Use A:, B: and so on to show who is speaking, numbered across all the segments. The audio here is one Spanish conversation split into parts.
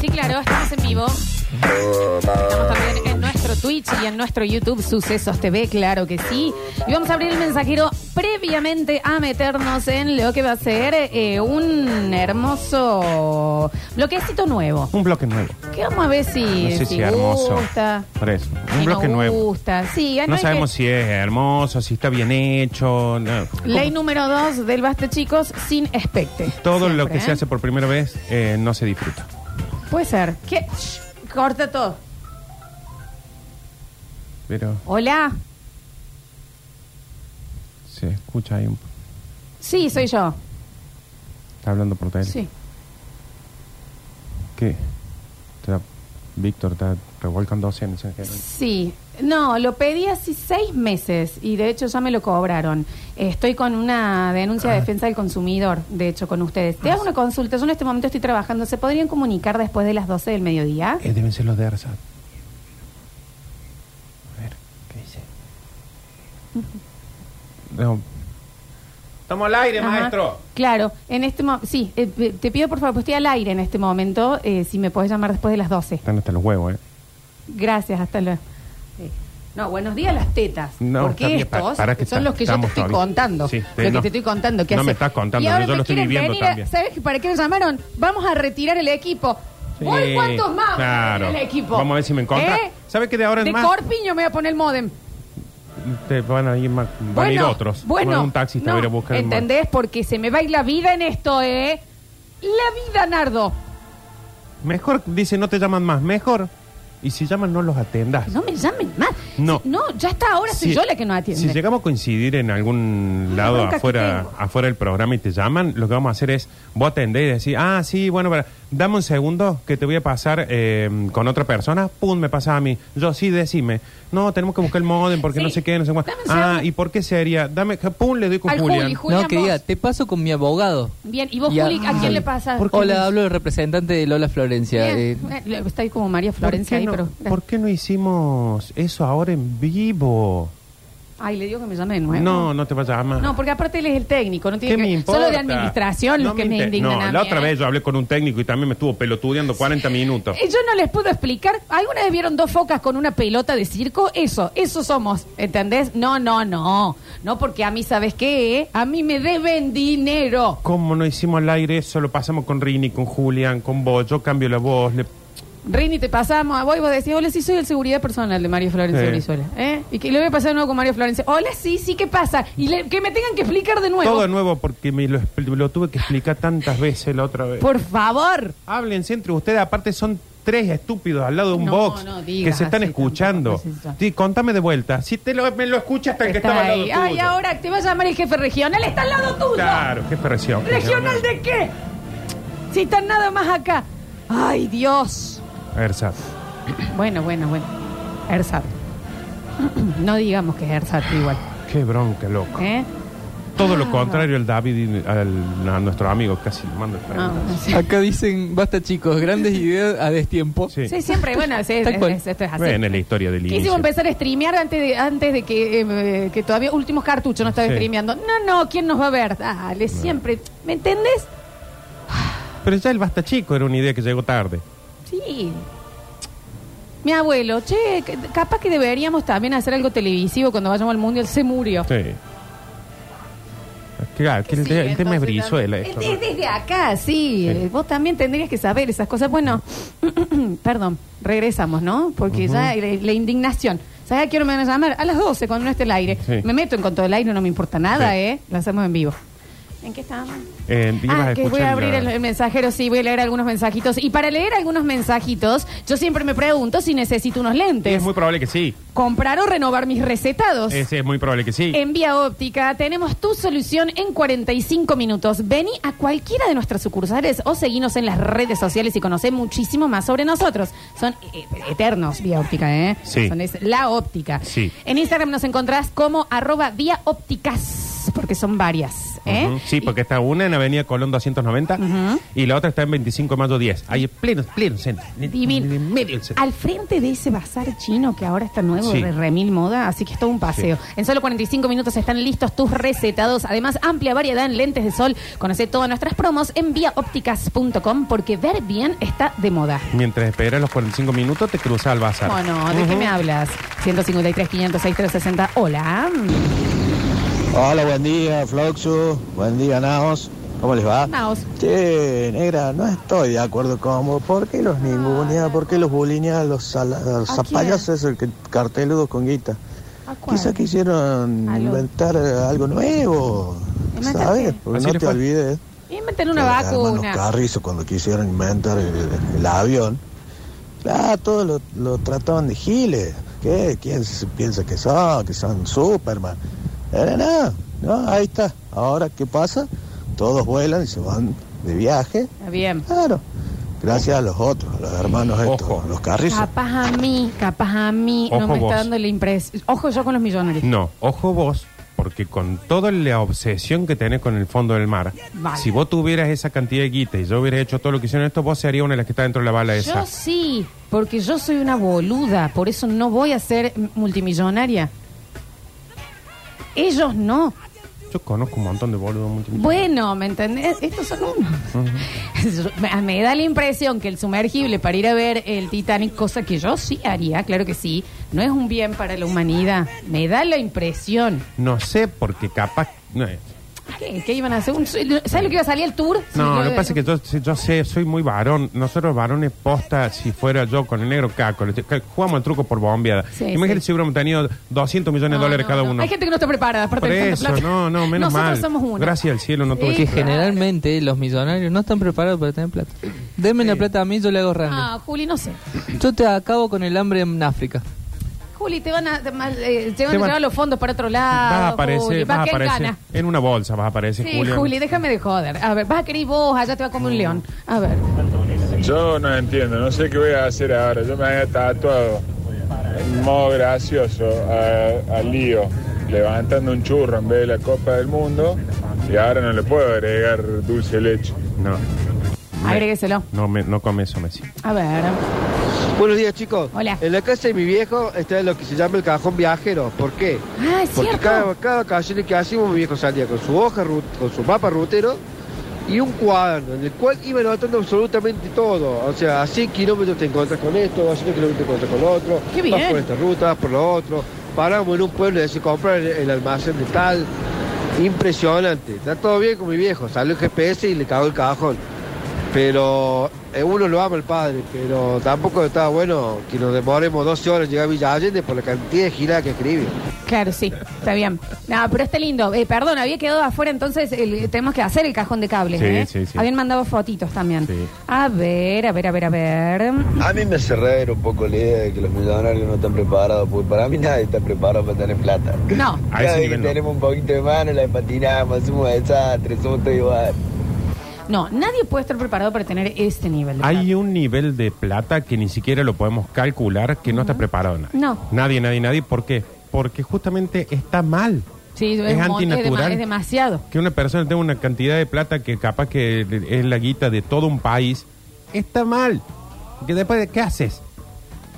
A: Sí, claro, estamos en vivo. Estamos también en nuestro Twitch y en nuestro YouTube Sucesos TV, claro que sí. Y vamos a abrir el mensajero previamente a meternos en lo que va a ser eh, un hermoso bloquecito nuevo.
B: Un bloque nuevo.
A: Que vamos a ver si,
B: No sé
A: si
B: si
A: "Uh,
B: hermoso.
A: gusta.
B: Por eso. Un
A: si
B: bloque
A: nos
B: nuevo.
A: gusta. Sí,
B: No
A: hay
B: sabemos
A: eh, que-
B: si es hermoso, si está bien hecho. no.
A: Ley número 2 del Basta Chicos, sin expecte.
B: Todo lo
A: Siempre,
B: que se
A: ¿eh?
B: hace por primera vez eh, no se disfruta.
A: Puede ser. ¿Qué? Shh, corta todo.
B: Pero
A: Hola.
B: se escucha ahí. un-
A: Sí, soy yo.
B: Está hablando por teléfono.
A: Sí.
B: ¿Qué? Está- Víctor está revolcándose en ese
A: Sí. No, lo pedí hace seis meses y de hecho ya me lo cobraron. Estoy con una denuncia de defensa del consumidor, de hecho, con ustedes. Te hago una consulta. Yo en este momento estoy trabajando. ¿Se podrían comunicar después de las 12 del mediodía?
B: Eh, deben ser los de Arsat. A ver, ¿qué dice? No. ¡Estamos al aire,
A: Ajá. Claro, en este momento. Sí, eh, pe- te pido por favor, pues estoy al aire en este momento. eh, si me podés llamar después de las 12.
B: Están hasta los huevos, ¿eh?
A: Gracias, hasta luego. Sí. No, buenos días las tetas.
B: No, está
A: porque
B: bien,
A: estos
B: pa- para que
A: son
B: está-
A: los que yo te
B: estamos
A: estoy
B: todavía.
A: contando.
B: Sí,
A: lo
B: eh,
A: que
B: no.
A: te estoy contando. que
B: No me
A: hace-
B: estás contando,
A: Y ahora
B: yo
A: me
B: lo estoy
A: quieren
B: viviendo
A: venir a-
B: también.
A: ¿Sabes para qué nos llamaron? Vamos a retirar el equipo. Voy,
B: Sí,
A: ¿Cuántos más?
B: claro.
A: El equipo.
B: Vamos a ver si me encuentra.
A: ¿Eh?
B: ¿Sabe que de ahora en
A: De
B: más-
A: Corpiño me voy a poner el modem.
B: Te van a ir, más, van a ir otros.
A: Bueno,
B: Van a un taxi te va a ir a
A: no,
B: buscar. el
A: ¿Entendés? Porque se me va a ir la vida en esto, ¿eh? La vida, Nardo.
B: mo- Mejor, dice, no te llaman más. Mejor. Y si llaman, no los atendas.
A: No me llamen más.
B: No.
A: Si- no, ya está. Ahora soy
B: Si-
A: yo la que no atiende.
B: Si llegamos a coincidir en algún
A: Una
B: lado
A: bronca que
B: afuera,
A: tengo.
B: afuera del programa y te llaman, lo que vamos a hacer es vos atendés y decís, ah, sí, bueno, para, dame un segundo que te voy a pasar eh, con otra persona, pum, me pasa a mí. Yo sí, decime, no, tenemos que buscar el modem porque
A: Sí.
B: no sé qué, no sé cuánto.
A: Dame un
B: Ah,
A: segundo.
B: ¿y por qué sería? Dame, pum, le doy con
A: Al
B: Julián.
A: Juli, Julián,
C: no, que
A: vos.
C: diga, te paso con mi abogado.
A: Bien, ¿y vos,
C: Y a-
A: Juli, a quién
C: Ay.
A: le pasas?
B: ¿Por qué no
C: Hola,
B: es-
C: hablo del representante de Lola Florencia. eh,
A: Bien. Eh, Está ahí como María
B: ¿Por
A: Florencia
B: qué
A: ahí,
B: no-
A: pero...
B: ¿Por qué no hicimos eso ahora en vivo?
A: Ay, le digo que me llame de nuevo.
B: No, no te vas a llamar.
A: No, porque aparte él es el técnico, no tiene
B: ¿Qué
A: que
B: me importa?
A: Solo de administración
B: No
A: los que me,
B: inter-
A: indignan
B: No,
A: a
B: la
A: mí,
B: otra
A: ¿eh?
B: vez yo hablé con un técnico y también me estuvo pelotudeando 40 minutos.
A: Eh, Yo no les puedo explicar. ¿Alguna vez vieron dos focas con una pelota de circo? Eso, eso somos, ¿entendés? No, no, no. No porque a mí, ¿sabes qué? eh? A mí me deben dinero.
B: ¿Cómo no hicimos al aire eso? Lo pasamos con Rini, con Julián, con vos. Yo cambio la voz. le-
A: Rini, te pasamos a vos y vos decís, hola, sí, soy el seguridad personal de María Florencia
B: Sí.
A: Brizuela. ¿eh? Y que le voy a pasar de nuevo con María Florencia. Hola, sí, sí, ¿qué pasa? Y le- que me tengan que explicar de nuevo.
B: Todo de nuevo porque me lo, expli- lo tuve que explicar tantas veces la otra vez.
A: Por favor.
B: Háblense entre ustedes. Aparte son tres estúpidos al lado de un
A: No,
B: box
A: no digas
B: que se están
A: así
B: escuchando.
A: tampoco, no es eso.
B: Sí, contame de vuelta. Si te lo, me lo escuchas hasta el que
A: Está
B: estaba al lado
A: ahí. Ay,
B: tuyo.
A: ahora te va a llamar el jefe regional. Está al lado tuyo.
B: Claro, qué presión.
A: ¿Regional de qué? Si está nada más acá. Ay, Dios.
B: Ersat.
A: Bueno, bueno, bueno. ERSAT. No digamos que es ERSAT igual.
B: Qué bronca, loco.
A: ¿eh?
B: Todo lo contrario al David y al- a nuestro amigo casi lo mando
A: No, no sé.
C: Acá dicen, basta chicos, grandes ideas a destiempo.
B: Sí.
A: Sí, siempre, bueno, sí, es-
C: Tal cual.
A: es- esto es así.
B: Bueno, es la historia del
A: Quisimos
B: inicio.
A: empezar a streamear antes de, antes de que, eh, que todavía últimos cartuchos no estaba
B: Sí.
A: streameando. No, no, ¿quién nos va a ver? Dale, siempre. ¿Me entendés?
B: Pero ya el basta chico era una idea que llegó tarde.
A: Sí. Mi abuelo, che, c- capaz que deberíamos también hacer algo televisivo cuando vayamos al mundial. Se murió.
B: Sí. Claro, que el,
A: Sí,
B: te- el tema es
A: entonces,
B: Brizuela.
A: también-
B: esto,
A: Desde,
B: ¿no?
A: desde acá, sí.
B: Sí.
A: Eh, Vos también tendrías que saber esas cosas. Bueno, perdón, regresamos, ¿no? Porque ya la, la indignación. ¿Sabes a qué hora me van a llamar? A las 12, cuando no esté el aire.
B: Sí.
A: Me meto en con todo el aire, no me importa nada,
B: Sí.
A: ¿eh? Lo hacemos en vivo. ¿En qué estábamos?
B: Eh, ibas
A: Ah,
B: a
A: que voy a
B: escuchar
A: abrir
B: la-
A: el, el mensajero, sí, voy a leer algunos mensajitos. Y para leer algunos mensajitos, yo siempre me pregunto si necesito unos
B: Es
A: lentes.
B: muy probable que sí.
A: Comprar o renovar mis recetados.
B: Es, es muy probable que sí.
A: En Vía Óptica tenemos tu solución en 45 minutos. Vení a cualquiera de nuestras sucursales o seguinos en las redes sociales y conocé muchísimo más sobre nosotros. Son eh, eternos Vía Óptica, ¿eh?
B: Sí.
A: Son es- la óptica.
B: Sí.
A: En Instagram nos encontrás como arroba Vía Ópticas. dos, porque son varias. ¿eh?
B: Ujú. Sí, porque está una en Avenida Colón 290
A: Ujú.
B: y la otra está en 25 de mayo 10. Ahí en pleno, pleno centro. En-
A: Divino.
B: en el medio del centro.
A: Al frente de ese bazar chino que ahora está nuevo
B: Sí.
A: de Remil Moda, así que es todo un paseo. En solo 45 minutos están listos tus recetados. Además, amplia variedad en lentes de sol. Conoce todas nuestras promos en viaopticas.com porque ver bien está de moda.
B: Mientras esperas los 45 minutos, te cruzas al bazar.
A: Bueno, ¿de qué me hablas? 153, 506, 360. Hola.
D: Hola, buen día, Floxu. Buen día, Naos. ¿Cómo les va?
A: Naos.
D: Che, negra, no estoy de acuerdo con vos. ¿Por qué los ningunea? ¿Por qué los bulinea? Los, sala- los
A: ¿A
D: zapallos es el que carteludo con guita. Quizás quisieron
A: A lo-
D: inventar eh, algo nuevo.
A: ¿Inventar
D: ¿Sabes?
A: qué?
D: Porque
B: Así
D: no
B: le
D: te
B: fue.
D: olvides.
A: Inventen una
D: que Eh, los hermanos
A: vacuna.
D: Carrizo, cuando quisieron inventar el, el avión, claro, todos lo, lo trataban de giles. ¿Qué? ¿Quién se piensa que son? Que son Superman. Era nada. No, ahí está. Ahora, ¿qué pasa? Todos vuelan y se van de viaje.
A: Está Bien.
D: Claro. Gracias a los otros, a los hermanos estos,
B: Ojo.
D: los Carrizo.
A: Capaz a mí, capaz a mí, no
B: Ojo
A: me
B: vos.
A: está dando la impresión. Ojo yo con los millonarios.
B: No, ojo vos, porque con toda la obsesión que tenés con el fondo del mar,
A: Vale.
B: si vos tuvieras esa cantidad de guita y yo hubiera hecho todo lo que hicieron estos, vos serías una de las que está dentro de la bala esa.
A: Yo sí, porque yo soy una boluda, por eso no voy a ser m- multimillonaria. Ellos no.
B: Yo conozco un montón de boludos multimillonarios.
A: Bueno, ¿me entendés? Estos son unos. Me- Me da la impresión que el sumergible para ir a ver el Titanic, cosa que yo sí haría, claro que sí, no es un bien para la humanidad. Me da la impresión.
B: No sé, porque capaz... No, eh,
A: ¿Qué, qué iban a hacer? ¿Un- ¿Sabes lo que iba a salir el tour?
B: no,
A: Sí,
B: lo que pasa es que yo, yo sé, soy muy varón. Nosotros varones posta, si fuera yo con el negro caco, le- que jugamos el truco por bombeada.
A: Sí,
B: Imagínate
A: sí.
B: si hubiéramos tenido 200 millones de
A: No,
B: dólares
A: no,
B: cada
A: no.
B: uno.
A: Hay gente que no está preparada para
B: Por eso, no, no, menos
A: Nosotros
B: mal.
A: somos uno.
B: Gracias al cielo no tuve
A: Sí.
B: que
C: Que
A: claro.
C: generalmente los millonarios no están preparados para tener plata. Denme la plata a mí, yo le hago random.
A: Ah, Juli, no sé.
C: Yo te acabo con el hambre en África.
A: Juli, te van a, te van- eh, te van a
B: van-
A: llevar los fondos para otro lado.
B: Vas a
A: Juli.
B: aparecer,
A: ¿Para
B: vas a
A: quién
B: aparecer
A: gana?
B: en una bolsa, vas a aparecer,
A: Sí,
B: Julián.
A: Juli, déjame de joder. A ver, vas a querer ir vos, allá te va a comer un león. A ver.
E: Yo no entiendo, no sé qué voy a hacer ahora. Yo me había tatuado en modo gracioso a- al lío, levantando un churro en vez de la Copa del Mundo, y ahora no le puedo agregar dulce de leche.
B: No.
A: Agrégueselo.
B: No, me, no come eso, Messi.
A: A ver. Ah,
F: Buenos días, chicos.
A: Hola.
F: En la casa de mi viejo está lo que se llama el cajón viajero. ¿Por qué?
A: Ah, es
F: Porque
A: cierto.
F: cada, cada vacaciones que hacíamos, mi viejo salía con su hoja, ru- con su mapa rutero y un cuaderno en el cual iba anotando absolutamente todo. O sea, a 100 kilómetros te encuentras con esto, a 100 kilómetros te encuentras con lo otro.
A: Qué bien.
F: Vas por esta ruta, vas por lo otro. Paramos en un pueblo y se comprar el, el almacén de tal. Impresionante. Está todo bien con mi viejo. Salió el GPS y le cagó el cajón. Pero eh, uno lo ama el padre, pero tampoco está bueno que nos demoremos 12 horas en llegar a Villa Allende por la cantidad de giladas que escribe.
A: Claro, sí, está bien. No, pero está lindo. Eh, perdón, había quedado afuera, entonces el- tenemos que hacer el cajón de cables.
B: Sí,
A: ¿eh?
B: sí, sí.
A: Habían mandado fotitos también.
B: Sí.
A: A ver, a ver, a ver, a ver.
G: A mí me cerré un poco la idea de que los millonarios no están preparados, porque para mí nadie está preparado para tener plata.
A: No.
B: A
G: Cada
B: ese
G: vez que
B: nivel no.
G: tenemos un poquito de mano, la patinamos, hacemos desastres, somos todos igual.
A: No, nadie puede estar preparado para tener este nivel. De
B: Hay un nivel de plata que ni siquiera lo podemos calcular que no está preparado nadie.
A: No.
B: Nadie, nadie, nadie. ¿Por qué? Porque justamente está mal.
A: Sí,
B: es
A: un mon- es dema-
B: antinatural.
A: es demasiado.
B: Que una persona tenga una cantidad de plata que capaz que es la guita de todo un país. Está mal. Que después, ¿qué haces?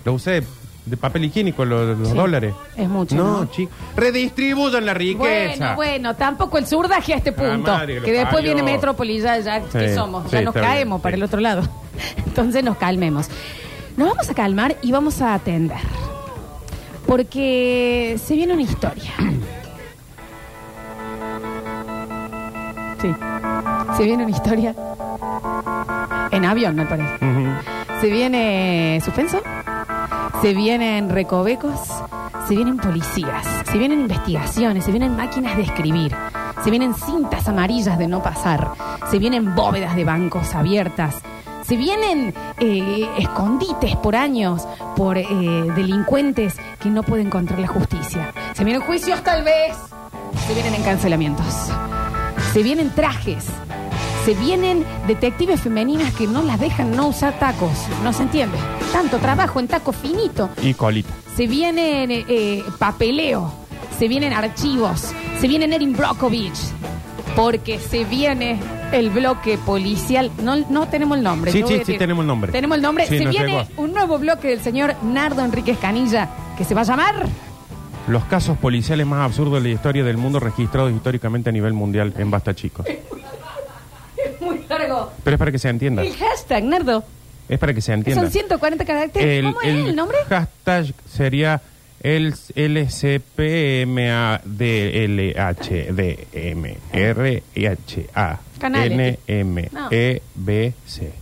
B: Lo usé de, de papel higiénico, lo- los,
A: Sí.
B: dólares.
A: Es mucho,
B: No,
A: ¿no?
B: chicos. Redistribuyan la riqueza.
A: Bueno, bueno, tampoco el surdaje a este
B: La
A: punto.
B: madre que
A: que
B: lo
A: después
B: parió.
A: viene Metrópolis, ya, ya
B: Sí,
A: ¿qué somos? ya
B: sí,
A: nos
B: está bien,
A: caemos
B: sí.
A: para el otro lado. Entonces nos calmemos. Nos vamos a calmar y vamos a atender. Porque se viene una historia. Sí. Se viene una historia. En avión, me parece.
B: Ujú.
A: Se viene suspenso, se vienen recovecos, se vienen policías, se vienen investigaciones, se vienen máquinas de escribir, se vienen cintas amarillas de no pasar, se vienen bóvedas de bancos abiertas, se vienen eh, escondites por años por eh, delincuentes que no pueden encontrar la justicia, se vienen juicios tal vez, se vienen encarcelamientos, se vienen trajes, se vienen detectives femeninas que no las dejan no usar tacos. No se entiende. Tanto trabajo en taco finito.
B: Y colita.
A: Se vienen eh, eh, papeleo. Se vienen archivos. Se viene Erin Brockovich. Porque se viene el bloque policial. No, no tenemos el nombre.
B: Sí,
A: no
B: sí,
A: voy a
B: sí,
A: decir.
B: tenemos el nombre.
A: Tenemos el nombre.
B: Sí,
A: se
B: nos
A: viene
B: llegó.
A: un nuevo bloque del señor Nardo Enríquez Canilla. Que se va a llamar.
B: Los casos policiales más absurdos de la historia del mundo registrados históricamente a nivel mundial en Basta Chicos.
A: Muy largo.
B: Pero es para que se entienda.
A: El hashtag, Nardo.
B: Es para que se entienda.
A: Son 140 caracteres. ¿Cómo es el nombre?
B: Hashtag sería el LCPMADLHDMRHA.
A: Canales.
B: E NMEBC.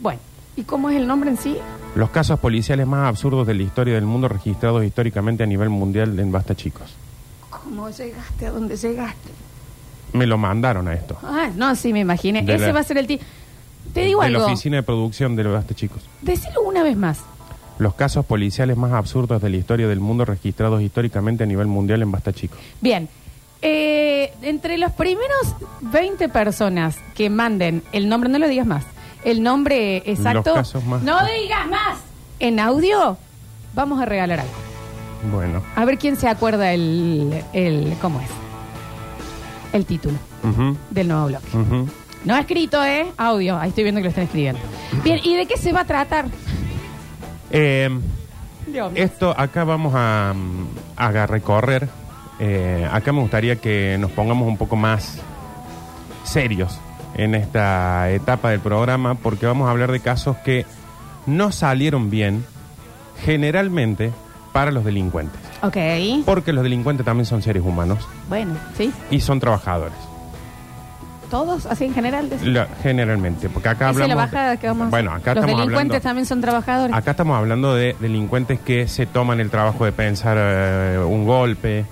A: Bueno, ¿y cómo es el nombre en sí?
B: Los casos policiales más absurdos de la historia del mundo registrados históricamente a nivel mundial en Basta Chicos.
A: ¿Cómo llegaste a donde llegaste?
B: Me lo mandaron a esto.
A: Ah, no, sí, me imaginé.
B: De
A: Ese
B: la-
A: va a ser el tío. Te digo
B: de la
A: algo.
B: oficina de producción de los Basta Chicos.
A: Decilo una vez más.
B: Los casos policiales más absurdos de la historia del mundo registrados históricamente a nivel mundial en Basta Chicos.
A: Bien. Eh, entre los primeros 20 personas que manden el nombre, no lo digas más, el nombre exacto.
B: Los casos más-
A: No digas más. En audio, vamos a regalar algo.
B: Bueno.
A: A ver quién se acuerda el, el ¿cómo es? El título
B: Ujú,
A: del nuevo bloque.
B: ujú.
A: No escrito, ¿eh? Audio. Ahí estoy viendo que lo están escribiendo. Bien, ¿y de qué se va a tratar?
B: Eh,
A: Dios mío.
B: esto acá vamos a, mm, a recorrer. Eh, acá me gustaría que nos pongamos un poco más serios en esta etapa del programa porque vamos a hablar de casos que no salieron bien generalmente para los delincuentes.
A: Ok.
B: Porque los delincuentes también son seres humanos
A: Bueno, ¿sí?
B: y son trabajadores.
A: Todos, así en general. decís.
B: La- generalmente, porque acá
A: Esa es
B: hablamos...
A: la bajada que vamos a
B: bueno,
A: hacer.
B: acá
A: Los
B: estamos
A: delincuentes
B: hablando...
A: también son trabajadores.
B: Acá estamos hablando de delincuentes que se toman el trabajo de pensar eh, un golpe,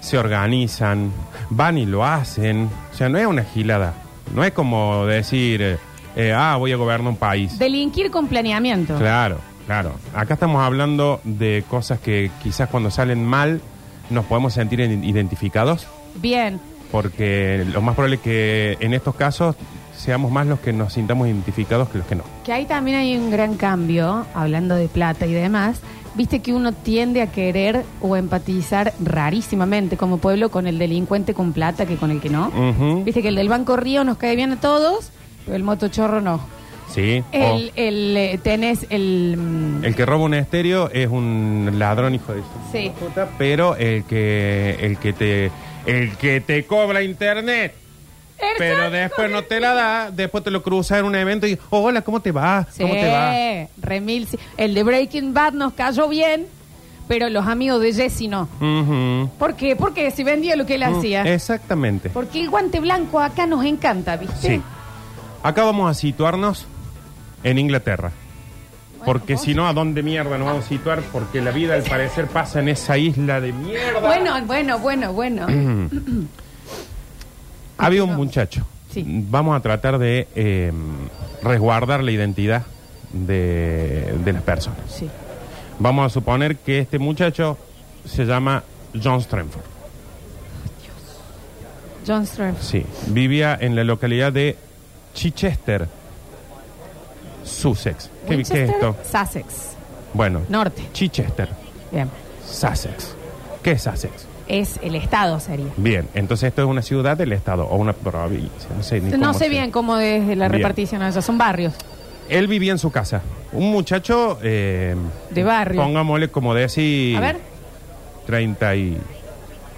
B: se organizan, van y lo hacen. O sea, no es una gilada. No es como decir, eh, eh, ah, voy a gobernar un país.
A: Delinquir con planeamiento.
B: Claro, claro. Acá estamos hablando de cosas que quizás cuando salen mal nos podemos sentir in- identificados,
A: Bien.
B: porque lo más probable es que en estos casos seamos más los que nos sintamos identificados que los que no.
A: Que ahí también hay un gran cambio, hablando de plata y demás. Viste que uno tiende a querer o a empatizar rarísimamente como pueblo con el delincuente con plata que con el que no.
B: Ujú.
A: Viste que el del Banco Río nos cae bien a todos, pero el motochorro no.
B: Oh. Sí. o-
A: El, el, eh, tenés el... mm,
B: El que roba un estéreo es un ladrón hijo de su
A: Sí.
B: puta, pero el que el que te el que te cobra internet, pero después no te la da, después te lo cruza en un evento y hola, ¿cómo te va?
A: Sí,
B: ¿Cómo te va?
A: remil, sí. El de Breaking Bad nos cayó bien, pero los amigos de Jesse no.
B: Ujú.
A: ¿Por qué? Porque si vendía lo que él
B: Mm,
A: hacía.
B: Exactamente.
A: Porque el guante blanco acá nos encanta, ¿viste?
B: Sí. Acá vamos a situarnos en Inglaterra. porque si no, ¿a dónde mierda nos vamos a situar? Porque la vida al parecer pasa en esa isla de mierda.
A: Bueno, bueno, bueno, bueno.
B: Había un muchacho.
A: Sí.
B: Vamos a tratar de eh, resguardar la identidad de, de las personas.
A: Sí.
B: Vamos a suponer que este muchacho se llama John Strenford.
A: John Strenford.
B: Sí. Vivía en la localidad de Chichester, Sussex. ¿Qué, qué es
A: Winchester,
B: esto?
A: Sussex.
B: Bueno,
A: Norte.
B: Chichester,
A: Bien.
B: Sussex. ¿Qué es Sussex?
A: Es el estado, sería.
B: Bien, entonces esto es una ciudad del estado o una provincia. No sé, ni
A: No
B: cómo
A: sé
B: se-
A: bien cómo es la
B: Bien.
A: repartición allá. Son barrios
B: Él vivía en su casa. Un muchacho. eh,
A: de barrio.
B: Pongámosle como decir.
A: A ver.
B: 30 y.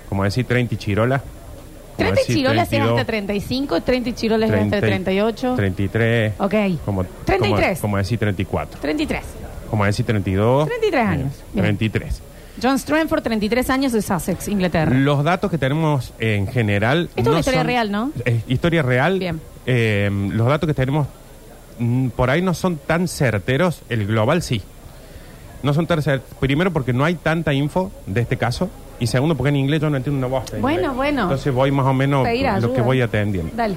B: Como decir 30 y chirola. Como
A: 30
B: decir
A: chirolas es
B: 32,
A: hasta 35, 30 chirolas es hasta 38.
B: 33.
A: Ok.
B: Como,
A: 33.
B: Como, como decir 34.
A: 33.
B: Como decir 32.
A: 33 años. Bien.
B: Bien, 33.
A: John Stranford, 33 años de Sussex, Inglaterra.
B: Los datos que tenemos en general.
A: Esto es una historia real, ¿no?
B: Eh, historia real.
A: Bien.
B: Eh, los datos que tenemos mm, por ahí no son tan certeros. El global sí. No son tan certeros. Primero, porque no hay tanta info de este caso. Y segundo, porque en inglés yo no entiendo una voz.
A: Bueno, bueno.
B: Entonces voy más o menos
A: Pedir
B: lo
A: ayuda.
B: que voy atendiendo.
A: Dale.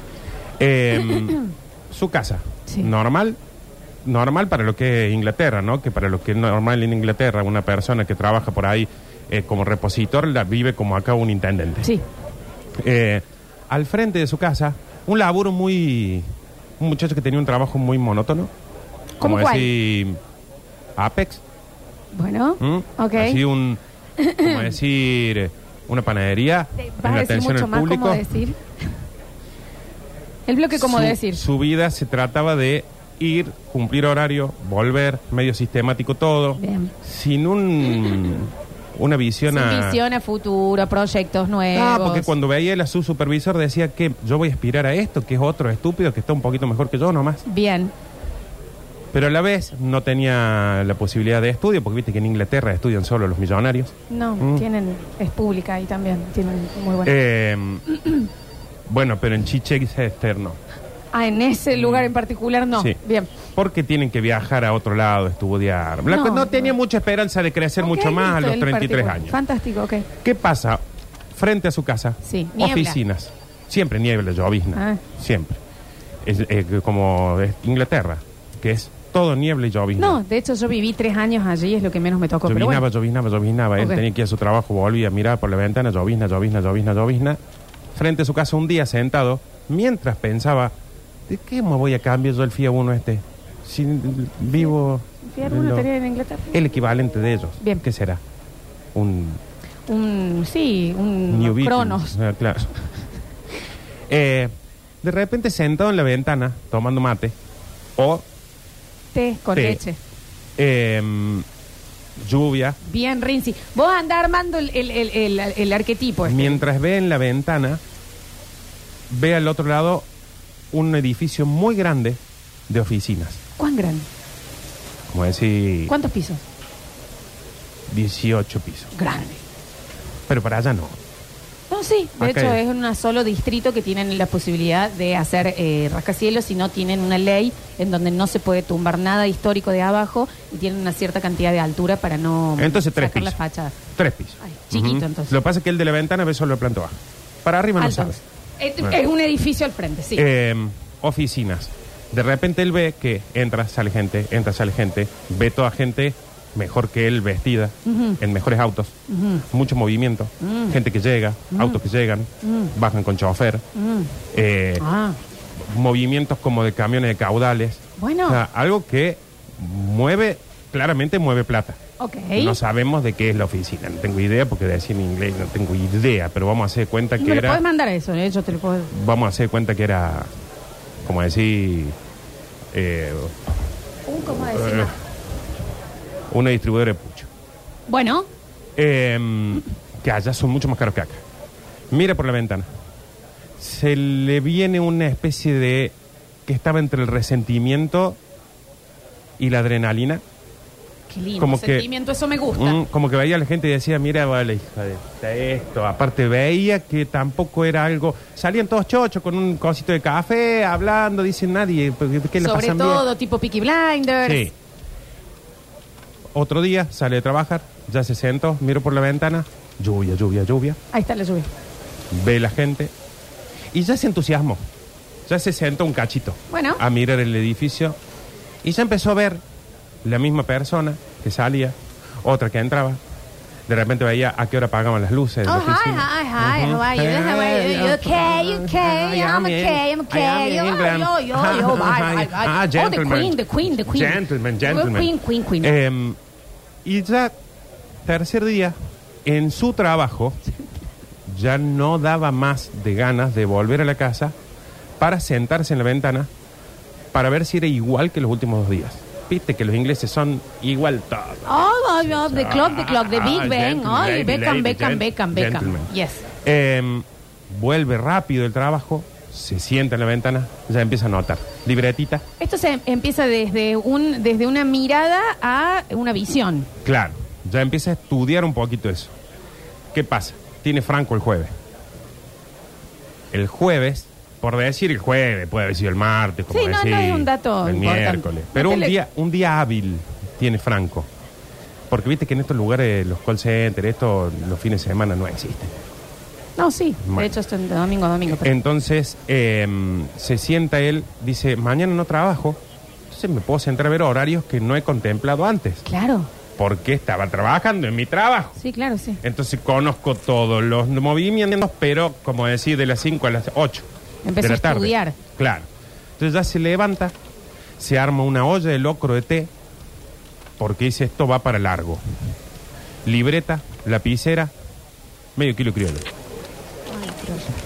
B: Eh, su casa.
A: Sí.
B: Normal. Normal para lo que es Inglaterra, ¿no? Que para lo que es normal en Inglaterra, una persona que trabaja por ahí eh, como repositor la vive como acá un intendente.
A: Sí.
B: Eh, al frente de su casa, un laburo muy. Un muchacho que tenía un trabajo muy monótono.
A: ¿Cómo
B: Como
A: cuál?
B: decir. Apex.
A: Bueno.
B: ¿Mm?
A: Ok.
B: Así un. Como decir. una panadería,
A: Te- Vas
B: en
A: a
B: la
A: decir
B: atención
A: mucho
B: al
A: más
B: público.
A: cómo decir. El bloque cómo
B: su,
A: decir.
B: Su vida se trataba de ir, cumplir horario, volver, medio sistemático todo,
A: Bien.
B: sin un, una visión
A: Sin
B: a...
A: visión a futuro, proyectos nuevos.
B: Ah, porque cuando veía a su supervisor decía que yo voy a aspirar a esto, que es otro estúpido, que está un poquito mejor que yo nomás.
A: Bien.
B: Pero a la vez no tenía la posibilidad de estudio, porque viste que en Inglaterra estudian solo los millonarios.
A: No,
B: Mm.
A: tienen, es pública ahí también, tienen muy buena.
B: Eh, bueno, pero en Chichester no.
A: ah, en ese lugar en particular no.
B: mm. Sí.
A: Bien.
B: Porque tienen que viajar a otro lado, estudiar. Blanco
A: No,
B: no, tenía
A: no.
B: mucha esperanza de crecer mucho
A: Ok,
B: más a
A: listo,
B: los
A: el
B: 33
A: particular.
B: años.
A: Fantástico, ok.
B: ¿Qué pasa? Frente a su casa,
A: Sí, niebla.
B: oficinas. Siempre niebla, llovizna.
A: Ah.
B: Siempre. Es, eh, como es Inglaterra, que es todo niebla y llovizna.
A: No, de hecho yo viví tres años allí, es lo que menos me tocó. Pero
B: Lloviznaba,
A: bueno,
B: lloviznaba, lloviznaba. Él
A: Ok.
B: tenía que ir a su trabajo, volvía, miraba por la ventana, llovizna, llovizna, llovizna, llovizna. Frente a su casa un día sentado, mientras pensaba, ¿de qué me voy a cambiar yo el FIA 1 este? Si vivo...
A: Fiar uno
B: lo- Eh,
A: tenía en Inglaterra.
B: el equivalente de ellos.
A: Bien.
B: ¿Qué será? Un
A: Un, sí, un
B: New Beetle.
A: Cronos.
B: Ah, claro. Eh, de repente sentado en la ventana, tomando mate, o
A: Té con
B: Té.
A: leche.
B: em, lluvia,
A: Bien, Rinzi. Vos andás armando el, el, el, el, el arquetipo. este.
B: mientras ve en la ventana, ve al otro lado un edificio muy grande de oficinas.
A: ¿Cuán grande?
B: Como decir,
A: ¿Cuántos pisos?
B: 18 pisos.
A: Grande.
B: Pero para allá no.
A: No, sí. De
B: Acá
A: hecho,
B: es.
A: es en un solo distrito que tienen la posibilidad de hacer eh, rascacielos y no tienen una ley en donde no se puede tumbar nada histórico de abajo y tienen una cierta cantidad de altura para no
B: Entonces tres
A: sacar la
B: pisos.
A: fachada.
B: Tres pisos.
A: Ay, chiquito,
B: Ujú.
A: entonces.
B: Lo que pasa es que el de la ventana ve solo el planta baja. Para arriba
A: Alto.
B: no sabe.
A: Eh,
B: Bueno.
A: Es un edificio al frente, sí.
B: Eh, oficinas. De repente él ve que entra, sale gente, entra, sale gente, ve toda gente mejor que él vestida, en mejores autos, mucho movimiento,
A: Mm.
B: gente que llega, autos que llegan, bajan con chofer, eh,
A: Mm. Ah,
B: movimientos como de camiones de caudales.
A: Bueno.
B: O sea, algo que mueve, claramente mueve plata.
A: ok.
B: No sabemos de qué es la oficina, no tengo idea porque decía en inglés, no tengo idea, pero vamos a hacer cuenta que
A: Me lo
B: era
A: puedes mandar eso, ¿eh? yo te lo puedo.
B: vamos a hacer cuenta que era, como decir, eh,
A: Un Uh, cómo decir más.
B: una distribuidora de pucho.
A: Bueno,
B: Eh, que allá son mucho más caros que acá. Mira por la ventana. Se le viene una especie de... que estaba entre el resentimiento y la adrenalina.
A: qué lindo
B: Como que-
A: sentimiento, eso me gusta.
B: Mm, como que veía a la gente y decía, mira, vale, hija de puta, esto. Aparte veía que tampoco era algo... Salían todos chochos con un cosito de café, hablando, dicen nadie, pues, ¿qué le
A: Sobre
B: pasan
A: todo,
B: bien?
A: tipo Peaky Blinders.
B: Sí. Otro día sale de trabajar, ya se sentó, miro por la ventana, lluvia, lluvia, lluvia,
A: Ahí está la lluvia.
B: ve la gente y ya se entusiasmó. Ya se sentó un cachito
A: Bueno.
B: a mirar el edificio y ya empezó a ver la misma persona que salía, otra que entraba. De repente veía a qué hora apagaban las luces. de la
A: Oh, hi,
B: oficina.
A: hi, hi,
B: Ujú.
A: how are you? How are you? You okay? You okay?
B: I
A: I'm
B: am
A: okay, I'm
B: in-
A: okay.
B: I am in
A: Yo,
B: England.
A: yo, yo, yo, bye, bye, bye.
B: Ah,
A: Oh, the
B: gentlemen.
A: queen, the queen, the queen.
B: Gentlemen,
A: Well,
B: gentlemen.
A: queen, queen, queen.
B: Em, y ya, tercer día, en su trabajo, ya no daba más de ganas de volver a la casa para sentarse en la ventana para ver si era igual que los últimos dos días. Viste que los ingleses son igual todo.
A: Oh, oh, oh, the clock, the clock, the
B: Ah,
A: Big Bang.
B: gentlemen,
A: Oh,
B: lady,
A: Beckham,
B: lady,
A: Beckham,
B: gent-
A: Beckham, Beckham.
B: gentlemen.
A: Yes.
B: Em, vuelve rápido el trabajo, se sienta en la ventana, ya empieza a notar. Libretita,
A: Esto se empieza desde un desde una mirada a una visión.
B: claro, ya empieza a estudiar un poquito eso. ¿Qué pasa? Tiene Franco el jueves. El jueves, por decir el jueves, puede haber sido el martes, como
A: Sí, no,
B: decir,
A: no es un dato
B: el
A: importante.
B: miércoles.
A: No
B: Pero
A: te
B: un
A: le-
B: día, un día hábil tiene Franco. Porque viste que en estos lugares, los call centers, esto, los fines de semana no existen.
A: No, sí.
B: Bueno.
A: De hecho, esto es de domingo a domingo. pero-
B: Entonces eh, se sienta él, dice, mañana no trabajo, entonces me puedo sentar a ver horarios que no he contemplado antes,
A: Claro.
B: porque estaba trabajando en mi trabajo.
A: Sí, claro, sí.
B: Entonces conozco todos los movimientos, pero como decir, de las 5 a las 8.
A: Empezó
B: de la
A: a
B: tarde.
A: estudiar.
B: Claro. Entonces ya se levanta, se arma una olla de locro de té, porque dice, esto va para largo. Libreta, lapicera, medio kilo criollo.